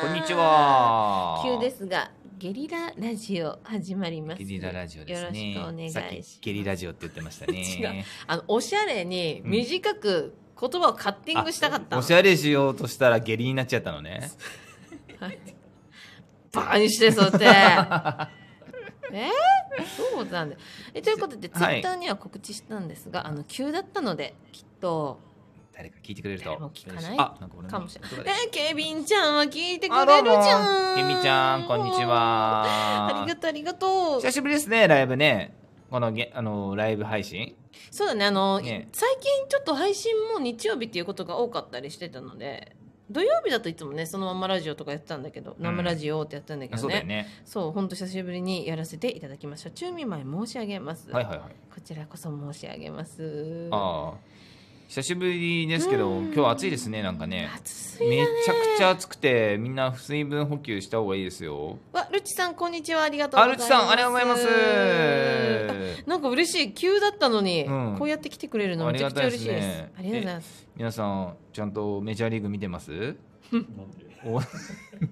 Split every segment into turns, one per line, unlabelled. こんにちは。
急ですが、ゲリララジオ始まります。
ゲリララジオですね。
よろしくお願いします
さっきゲリラジオって言ってました ね。
違うあの、おしゃれに短く言葉をカッティングしたかったの。
おしゃれしようとしたら下痢になっちゃったのね。
バカにして、そう やって。えーそうなんだ。えということで、ツイ
はい
ッターには告知したんですが、あの、急だったので、きっと、
誰か聞いてくれると。
誰も聞かない
あ、なんか俺
かもしれない。
い。
えー、ケビンちゃんは聞いてく
あ、
れ
どう
るじゃ
も。
ん。
ケミちゃん、こんにち。
あ
は
り。がとう、ありがとう
久。しぶりですね、ライブね。このげ、あの、ライブ配信。
そうだね、あの、
ね
最近ちょっと配信も日曜日っていうことが多かったりしてたので、土曜日だといつもね、そのままラジオとかやってたんだけど、
ん
生ラジオってやってたんだけ
あ
ど
そうだよ
ね。
ね。
そう、ほんと久しぶりにやらせていただきました。中見舞い申し上げます。
はいはいはい。
こちらこそ申し上げます。
ああ。久しぶりですけど、
うん
今日暑いですね、なんかね。
暑い
め
な。
ちゃくちゃ暑くて、みんな水分補給した方がいいですよ。
わ、ルチさん、こんにちは。ありがとう
あ
ござ
る
い
ち
ます。
さん、ありがとうございます。
あなんか嬉しい。急だったのに、
うん
こうやって来てくれるの
あ
め
り
ちゃく
が
ちゃ
たいで
嬉
す
しいです。
ね
ありがとうございます。
皆さん、ちゃんとメジャーリーグ見てます。お
うん っ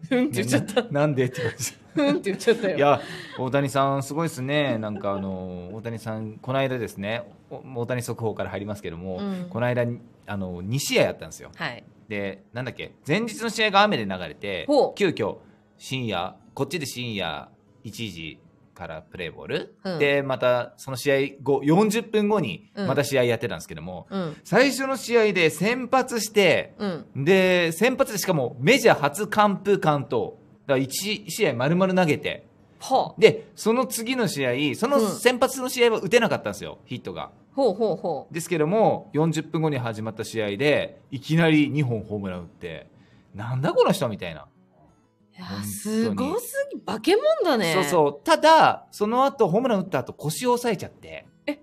て言っちゃった。
ななんでって感じ。
うんって言っちゃったよ。
いや、大谷さん、すごいですね。なんか、あの、大谷さん、この間ですね。お大谷速報から入りますけども、
うん
この間、あの、二試合やったんですよ。
はい。
で、なんだっけ、前日の試合が雨で流れて
ほう、
急遽深夜、こっちで深夜1時からプレーボール、
うん
で、またその試合後、40分後に
うん
また試合やってたんですけども、
うん。
最初の試合で先発して、
うん。
で、先発でしかもメジャー初完封完投、だから1試合丸々投げて、
ほう。
で、その次の試合、その
うん
先発の試合は打てなかったんですよ、ヒットが。
ほうほうほ
ですけども40分後に始まった試合でいきなり2本ホームラン打ってなんだこの人みたいな、
う。いや
本当、に
すごすぎ、化け物だね。
そうそうただその後ホームラン打った後腰を押さえちゃって
え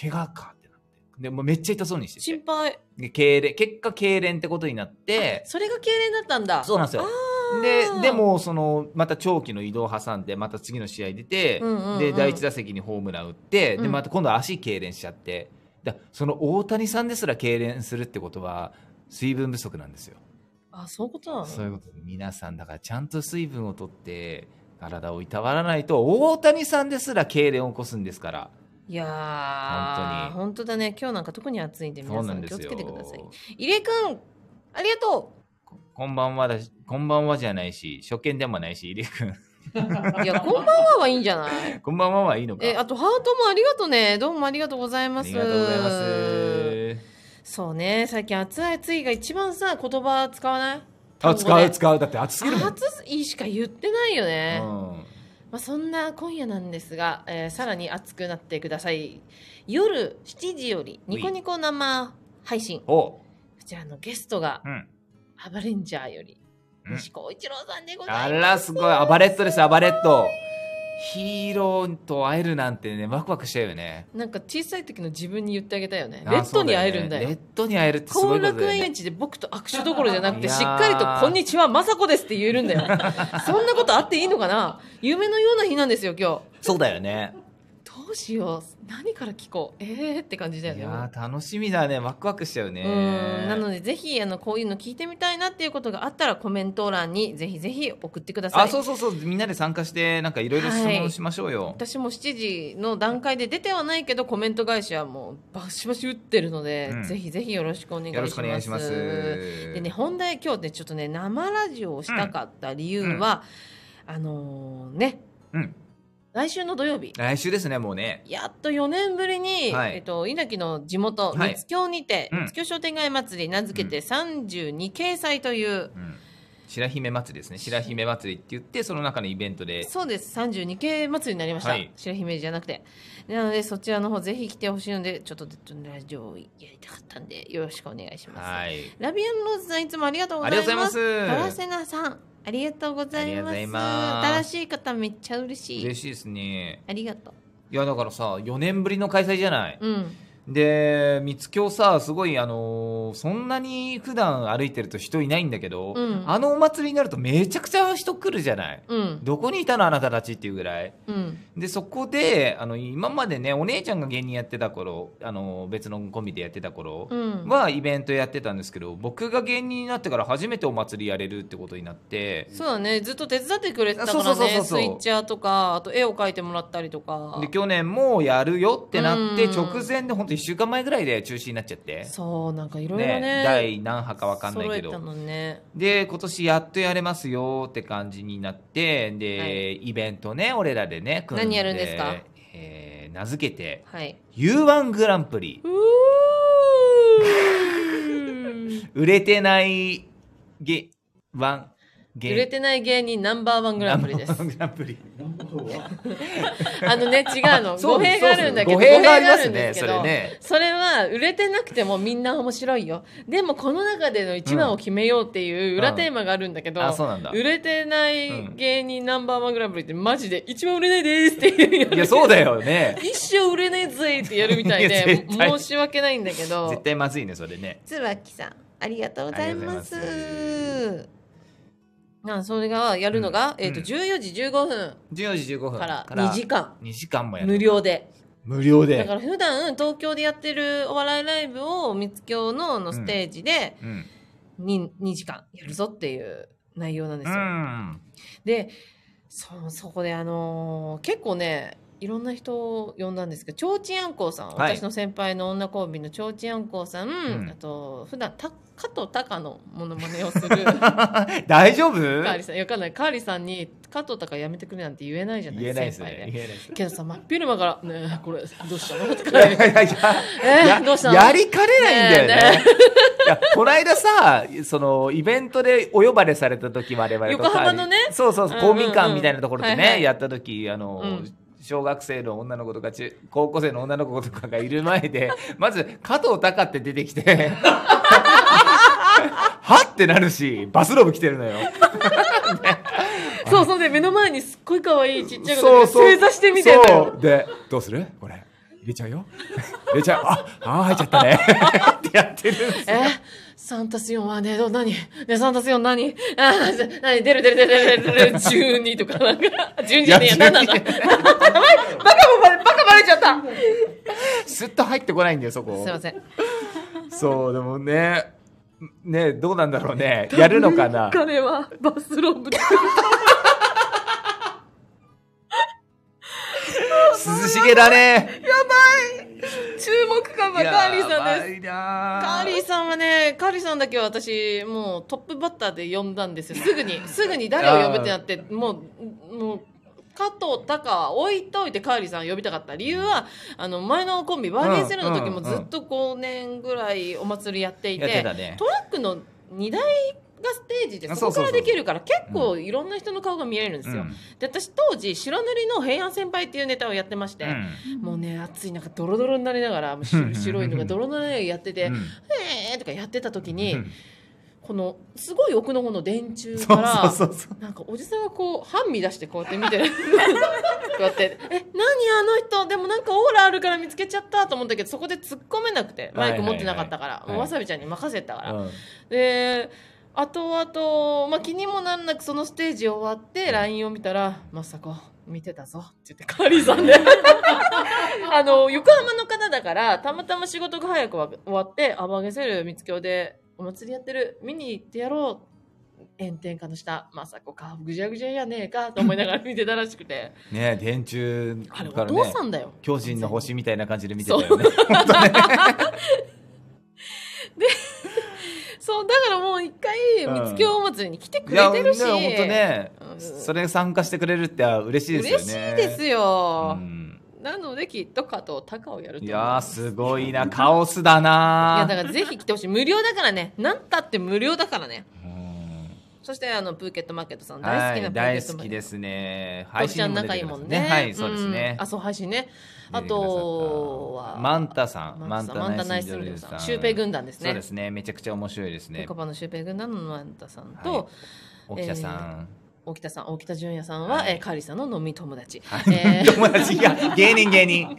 怪我かってなってでもうめっちゃ痛そうにして
心
て
配。
で痙攣結果痙攣ってことになって
それが痙攣だったんだ。
そうなんですよ
あー
でで、もそのまた長期の移動を挟んでまた次の試合出て、
うんうんうん
で第1打席にホームラン打って、
う
で
ん
また今度は足痙攣しちゃってだその大谷さんですら痙攣するってことは水分不足なんですよ
あ、そういうことなの
そういうことで皆さんだからちゃんと水分をとって体をいたわらないと大谷さんですら痙攣を起こすんですから
いやー、
本当に
本当だね。今日なんか特に暑いんで、
そう
皆
な
さ
ん
ん
で
気を
す
つ
よ
けてください。入江くん、ありがと
ここんばんはだしこんばんはじゃないし初見でもないし入江君
う。いや、こんばんははいいんじゃない
こんばんははいいのか
え、あと、ハートもありがとうね。どうもありがとうござい
あ
ます。
りがとうございます
そうね、最近暑い暑いが一番さ、言葉使わない
あ使う
う。
使うだって熱すぎるもん、
暑いしか言ってないよね。
うん
まあ、そんな今夜なんですが、えーさらに暑くなってください夜7時よりニコニコ生配信こ
お
ちらのゲストが
うん
アバレンジャーより
うん
西光一郎さんでござ
あ
います
らすごいアバレットですアバレットヒーローと会えるなんてねワクワクしちゃうよね
なんか小さい時の自分に言ってあげたよね
あ
レッドに会えるん
そう
だ
よね
よ
レッドに会えるってすご
後
いこと
楽
だよね
園地で僕と握手どころじゃなく
い
て
やー
しっかりと「こんにちは雅子です」って言えるんだよそんなことあっていいのかな夢のような日なんですよ今日
そうだよね
どうしよう何から聞こうええー、って感じだよ
い
ね
やー楽しみだねワクワクしちゃうね
うんなのでぜひあのこういうの聞いてみたいなっていうことがあったらコメント欄にぜひぜひ送ってください。
あそうそうそうみんなで参加してなんかいろいろ質問しましょうよ、
私も7時の段階で出てはないけどコメント返しはもうバシバシ打ってるので、
うん
ぜひぜひよろしくお願いします。
よろしくお願いします
でね本題今日ねちょっとね生ラジオをしたかった理由は、あのーね
うん
来週の土曜日
来週ですねもうね
やっと4年ぶりに、
はい
えっと、稲城の地元、
は
三
い
津京にて、
うん
三津京商店街祭り名付けて32掲載という、
うん白姫祭りですね白姫祭りって言ってその中のイベントで
そうです32系祭りになりました、
はい
白姫じゃなくてなのでそちらの方ぜひ来てほしいのでちょっとラジオやりたかったんでよろしくお願いします、
はい
ラビアンローズさんいつもありがとうご
あ
ざ
り
い
がとうご
ま
ざ
すタ
いま
ラ
す
セナさんありがとうございます
ありがとうございます
新しい方めっちゃ嬉しい
嬉しいですね
ありがと
いやだからさ4年ぶりの開催じゃないう
うん
で三つ京さすごいあのーそんなに普段歩いてると人いないんだけど、
うん
あのお祭りになるとめちゃくちゃ人来るじゃない
うん
どこにいたのあなたたちっていうぐらい
うん
でそこであの今までねお姉ちゃんが芸人やってた頃あの別のコンビでやってた頃
うん
はイベントやってたんですけど僕が芸人になってから初めてお祭りやれるってことになって
そうだねずっと手伝ってくれてたか
そう
ら
そうそうそ
ね
うそう
スイッチャーとかあと絵を描いてもらったりとか
で去年もやるよってなって
うん
直前でほんと1週間前ぐらいで中止になっちゃって、
そうなんかいろいろね
ね、第何波か分かんないけど
揃えたのね
で今年やっとやれますよって感じになってで、
はい
イベントね俺らでね組んで
何やるんですか
えー名付けて
はい
U1 グランプリ
うー
売れてないゲワンゲ
売れてない芸人ナンバーワングランプリです
グランプリ
あのね違うの
あ そう
語弊があるんだけど
そうです語弊がありま
語弊があ
す
るん
ね
です
そ
けど
れね
それは売れてなくてもみんな面白いよでもこの中での一番を決めようっていう裏テーマがあるんだけど、
あそうなんだ
売れてない芸人ナンバーワングランプリってマジで一番売れないですっていう
いやそうだよね
一生売れねえぜってやるみたい
いや
で
絶対
申し訳ないんだけ
絶
ど
対まずいねそれね
椿さんありがとうございます
ありがとうござい
あそれがやるのが、
うん
えー、と
うん
14時15分
14時15分
から2時間
2時間もやる
無料で
無料
だか
で
ら普段東京でやってるお笑いライブを三つ京のあのステージで
うん、
2, 2時間やるぞっていう内容なんです
う
よ。
ん、
でそそこであのー結構ねいろんな人を呼んだんですけどちょうちんあんこうさん、
はい
私の先輩の女コンビのちょうちんあんこうさん、
ん
あと普段た加藤隆のモノマネをす る
大丈夫
カーリーさんいやわかんないカーリーさんに加藤隆やめてくれなんて言えないじゃない
言えないです
先
ね
輩で
言えないです
けどさ真っ昼間から「ねえこれどうしたの?」とか
いやいやいや
えー
や
どうしたの
やりかねないんだよね
ね
いやこの間さそのイベントでお呼ばれされた時我々と
横浜のね
そうそうそう
うんうんう
公
ん
民館みたいなところでね、
はいはい
やった時あの、
うん
小学生の女の子とか中高校生の女の子とかがいる前で まず加藤隆って出てきて はってなるしバスローブ着てるのよ
そうそうで目の前にすっごい可愛いちっちゃい子
そう
が
そう
正座してみてんのよ
そうでどうするこれ入れちゃうよ 入れちゃうああー入っちゃったね ってやってるんですよ
えサンタス4はね、ど、何ね、サンタス4何あー、何出る出る出る出る出る、12とかなんか、12じゃねえや、
いや
7だ。やばいバカもバレ、バカバレちゃった
すっと入ってこないんだよそこ
すいません。
そうでもねねどうなんだろうねやるのかな
彼はバスローブで。
涼しげだね
注目感はカーリーさんです。
す
カーリーさんはね、カーリーさんだけは私、もうトップバッターで呼んだんですよ。すぐ に、すぐに誰を呼ぶってなって、もう、もう、加藤隆は置いといてカーリーさんを呼びたかった理由は、あの、前のコンビ、バーゲンセルの時も
うん
ずっと5年ぐらいお祭りやっていて、
やってたね
トラックの荷台がステージで
あ
そこ
そ
か
う
ら
そうそう
できるから結構いろんな人の顔が見えるんですよ、
うん
で私当時白塗りの平安先輩っていうネタをやってまして、もうね暑い中ドロドロになりながらもうし白いのがドロドロにやってて「
うん
えー」とかやってた時に、
うん
このすごい奥の方の電柱
そ
か
う
ら
そうそうそう
なんかおじさんがこう半身出してこうやって見てるこうやって「え何あの人でもなんかオーラあるから見つけちゃった」と思ったけどそこで突っ込めなくてマイク持ってなかったから、
はいはいはい
もうわさびちゃんに任せたから。
うん
であとあと、まあ、気にもなんなくそのステージ終わって LINE を見たら「まさこ見てたぞ」って言ってカーリーさんであの横浜の方だからたまたま仕事が早くわ終わって「あばげせる三つ京でお祭りやってる見に行ってやろう」炎天下の下まさこかぐじゃぐじゃやねえかと思いながら見 てたらしくて
ね電柱
あれお
から
父
ね
さんだよ
巨人の星みたいな感じで見てたよね本当ね
そうだからもう一回
うん
三つ京お祭りに来てく
い
れ
や
てるし、
ね本当ね
うん
それ参加してくれるって嬉しいですよ
嬉
ね
しいですよ、
うん
なのできっと加藤隆をやると思
い
い
やー
ます。
すごいなカオスだ
いや
な
だからぜひ来てほしい無料だからねなんたって無料だからね
うん
そしてあのプーケットマーケットさん大好
は、
きないプーケ
大
ットマーケッ
好
ト
きですね。
配信
にも
仲
出
いい
てく
も
ださっ
ん
て
ね
はい、そうですね
ん。あそう配信ねあ
出てくださった
とは
マンタさん、マ
マン
ン
タさん
タ
マンタ
ナ
ナ
イ
イ
ス
スミド
ミド
ル
ル
さ
さ
ん
ん。
シュウペイ軍団ですね
そうですね、めちゃくちゃ面白いですね
岡。場のシュウペイ軍団のマンタさんと、
はい沖田さん、
沖大北さん、大北純也さんは、
はい
えーカーリーさんの飲み友達。 えー
友達が芸人芸人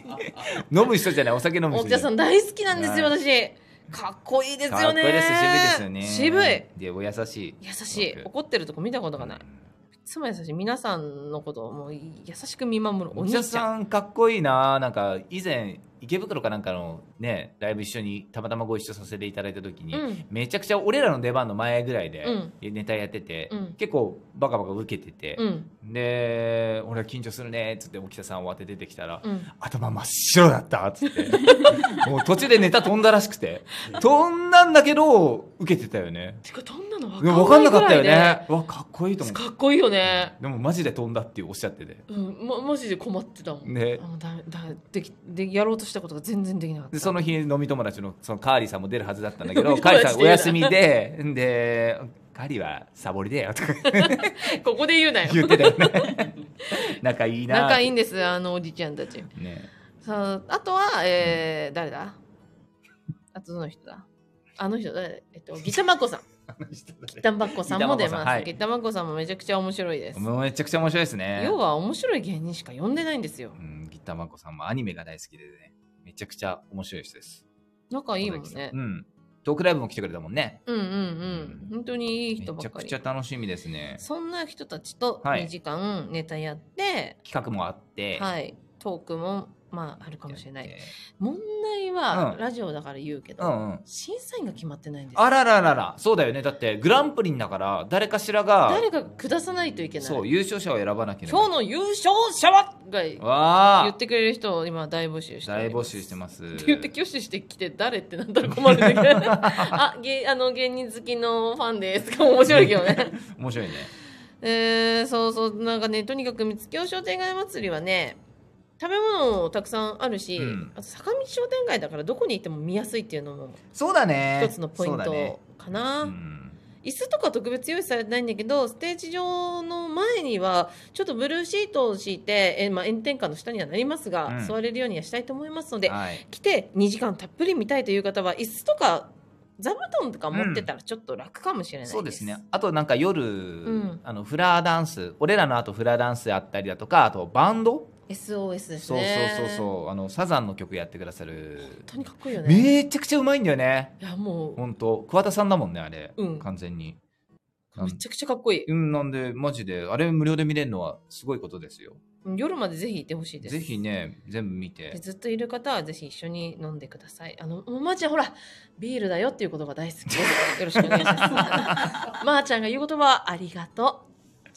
飲む人じゃないお酒飲む
大
人
北さん大好きなんですよ、
は
私。かっこいいです
か
よ
っこ
ね。
いいです渋いですよね
渋い。
でお優しい
優しい。怒ってるとこ見たことがない。いつも優しい。皆さんのことをもう優しく見守るお
お
兄
じ
ちゃ
さ
ん。
んかっこいいななんか以前池袋かなんかのねライブ一緒にたまたまご一緒させていただいた時に、
うん。
めちゃくちゃ俺らの出番の前ぐらいで
うん
ネタやってて、
うん
結構バカバカ受けてて
う、ん。
で俺は緊張するねっつって沖田さん終わって出てきたら、
うん。
頭真っ白だったっ つってもう途中でネタ飛んだらしくて飛んだんだけど受けてたよね
てか、どんなの
でも分かんなかったよ
ぐらいで。
ねわかっこいいと思って
かっこいいよね。
でもマジで飛んだっておっしゃってて
うん、ま、マジで困ってたもん。
ね
あもうダメだできでやろうとしたことが全然できなかった。
でその日飲み友達のそのカーリーさんも出るはずだったんだけ
飲
ど
み
カ
友
ーリ
達
ーさんお休みででカーリーはサボりだよとか
ここで言うなよ。
言ってたよね仲いいな
仲いいんです、あのおじちゃんたち。
ね
さあ、あとは、えー誰だあとどの人だあの人誰えっと、ギタマコさん。ギタマコさんも出
ギタマコさ
ま
ん
す。
はい
ギタマコさんもめちゃくちゃ面白いです。
もうめちゃくちゃ面白いですね
要は面白い芸人しか呼んでないんですよ
う。ん、ギターマンコさんもアニメが大好きでねめちゃくちゃ面白い人です
仲いいもんね
う。んトークライブも来てくれたもんね
うんうん
うん
うん。本当にいい
め
人ば
ちゃ
っか
く
り
ち。ゃ楽しみですね
そんな人たちと
はい
2時間ネタやって、
企画もあって
はいい、トークも、まあ、あるかもしれない。問題は、
うん
ラジオだから言うけ
う
ど、
んうん
審査員が決まってないんですよ
あららららそうだよねだってグランプリだから誰かしらが
誰かが下さないといけない。
そう優勝者を選ばなければ
今日の優勝者はが
わ
言
あ
ってくれる人を今大募集しており
大
ます
募集してます
って言って挙手してきて誰ってなったら困るんだけどあ芸あの芸人好きのファンですが面白いけどね
面白いね
えー、そうそうなんかねとにかく三月商店街祭りはね食べ物もたくさんあるし、
うん
あと坂道商店街だからどこに行っても見やすいっていうのも
そうだね
一つのポイン
そうだね
トかな、
うん
椅子とか特別用意されてないんだけどステージ上の前にはちょっとブルーシートを敷いて、えまあ、炎天下の下にはなりますが、
うん
座れるようにはしたいと思いますので
はい
来て2時間たっぷり見たいという方は椅子とか座布団とか持ってたらちょっと楽かもしれないです、
そうですねあとなんか夜、
ん
あのフラダンス俺らのあとフラダンスあったりだとかあとバンド
SOS です
そう
ね
そうそうそうあのサザンの曲やってくださる
本当にかっこいいよね
めちゃくちゃうまいんだよね
いやも
本当桑田さんだもんねあれ、
うん
完全に
うめちゃくちゃかっこいい
うんなんでマジであれ無料で見れるのはすごいことですよ
夜までぜひいてほしいです
ぜひね全部見
で
て
ずっといる方はぜひ一緒に飲んでください。あの、もうまーちゃんほら、ビールだよっていう言葉大好きです。よろしくお願いし ます。まーちゃんが言う言葉はありがと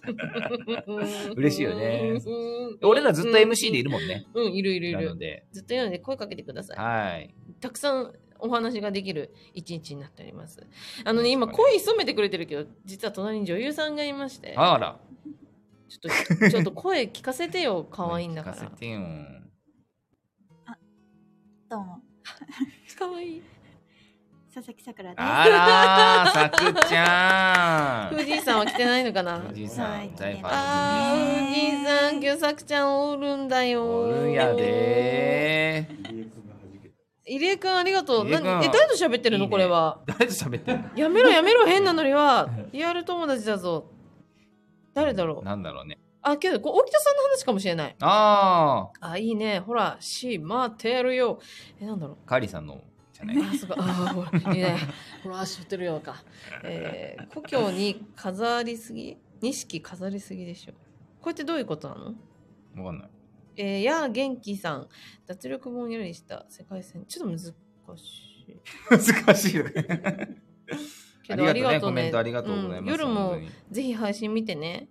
う。
嬉しいよね
うん
俺らずっと MC でいるもんね
うん、いるいるい
な
る
の。で
ずっといるので声かけてください。
はい
たくさんお話ができる一日になっております。あのね、
よろ
今
しくお願いします
声潜めてくれてるけど、実は隣に女優さんがいまして、
あら
ちょっと、ちょっと声聞かせてよ、可愛いんだか
聞からせ。てよ
どうも、
可愛い
佐々木さくらです。
あ らーさくちゃん
藤井さんは来てないのか な
藤井さん大フ
あ
ァン
ー、おじいさん、今日さくちゃんおるんだよ。
おるんや。でー
入江くん、ありがとう。
入江
何
くん
え、誰と喋ってる
いい
の
ね
これは。
誰と喋ってんの
やめろ、やめろ、変なノリは。リアル友達だぞ。誰だろう。
なんだろうね
あ、けど、こ沖田さんの話かもしれない。
あ
あ、いいね。ほら、し、待ってるよ。え、なんだろう。
あカーリーさんのじゃない
あ、そうか。あー、ほら、いいね。ほら、知ってるよか。えー故郷に飾りすぎ錦飾りすぎでしょ。これってどういうことなの
わかんない
えー、やあ元気さん脱力本よりした世界線ちょっと難しい
難しいよね
け
あ
ど
りがとうねコメントありがとうござい
ん
ます、
夜
本当
も
に
ぜひ配信見てね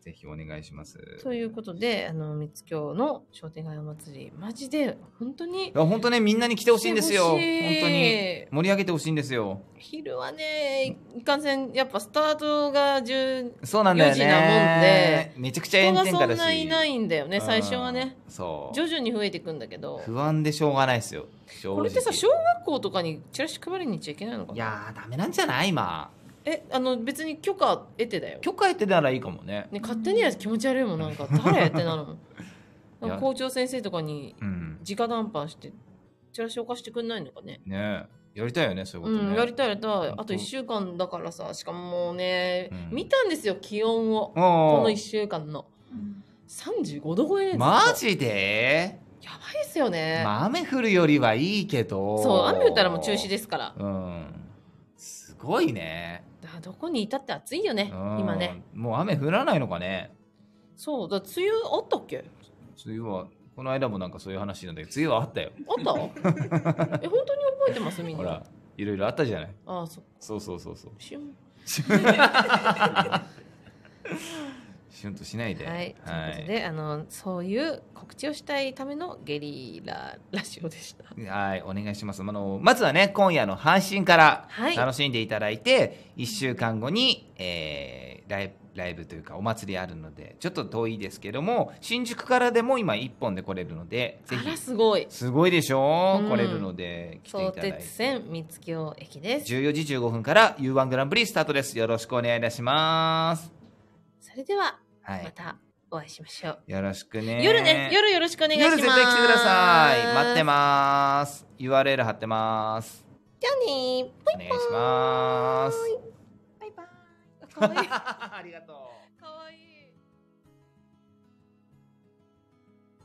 ぜひお願いします
ということであの三つ京の商店街お祭りマジで本当に
いや本当ねみんなに来てほしいんですよ本
来てほしい
当に盛り上げてほしいんですよ
昼はねいかんせんやっぱスタートが10
そうなんだよ
4時なもん
ね
で
めちゃくちゃ
人
炎
が
天下
そ
だ
ん
し
ないないいんだよね最初はね
そう
徐々に増えていくんだけど
不安でしょうがないですよ正直
これってさ小学校とかにチラシ配りに行っちゃいけないのか
い
な
やーダメなんじゃない今
えあの別に許可得てだよ
許可得てならいいかもね
ね、勝手には気持ち悪いもん なんか誰ってなるもんなんか校長先生とかに
うん
直談判してチラシを貸してくんないのかね
ねやりたいよね、そういう
う
ことね。
ん、やりたいやりたい。あと
う
1
ん
週間だからさ、しかももうね、
うん
見たんですよ、気温を。こ
も
の1週間の。
うん
35度超えですよ
うマジで、
やばいですよね。
まあ、雨降るよりはいいけど。
そう、雨降ったらもう中止ですから。
うん。すごいね。
だからどこにいたって暑いよね、
うん
今ね。。
もう雨降らないのかね。
そう、だから梅雨あったっけ
梅雨は、この間もなんかそういう話なんだけど、梅雨はあったよ。
あ ったえ、本当に覚えてますみん
ほ
な。
ら、いろいろあったじゃない。
ああ、そっ
そうそうそうそう。
しゅん。
シュンとしないで。
はい、ということで、あの、そういう告知をしたいためのゲリララジオでした。
はい、お願いします。あの、まずはね、今夜の配信から
はい
楽しんでいただいて、一1週間後に、えーライブ、ライブというかお祭りあるので、ちょっと遠いですけども、新宿からでも今1本で来れるので、ぜ
あら、
ひ、
すごい。
すごいでしょ、
うん
来れるので、来てい
相
ただいて。
鉄線三月京駅です。
14時15分から U1 グランプリスタートです。よろしくお願いいたします。
それでは、
は
ま
い。
たお会いしましょう。
よろしくね。
夜ね、夜よろしくお願いします。
夜絶対来てください。待ってます。URL 貼ってます。
じゃあねー。
お願いします。
バイバイ。
かわいい。
ありがとう。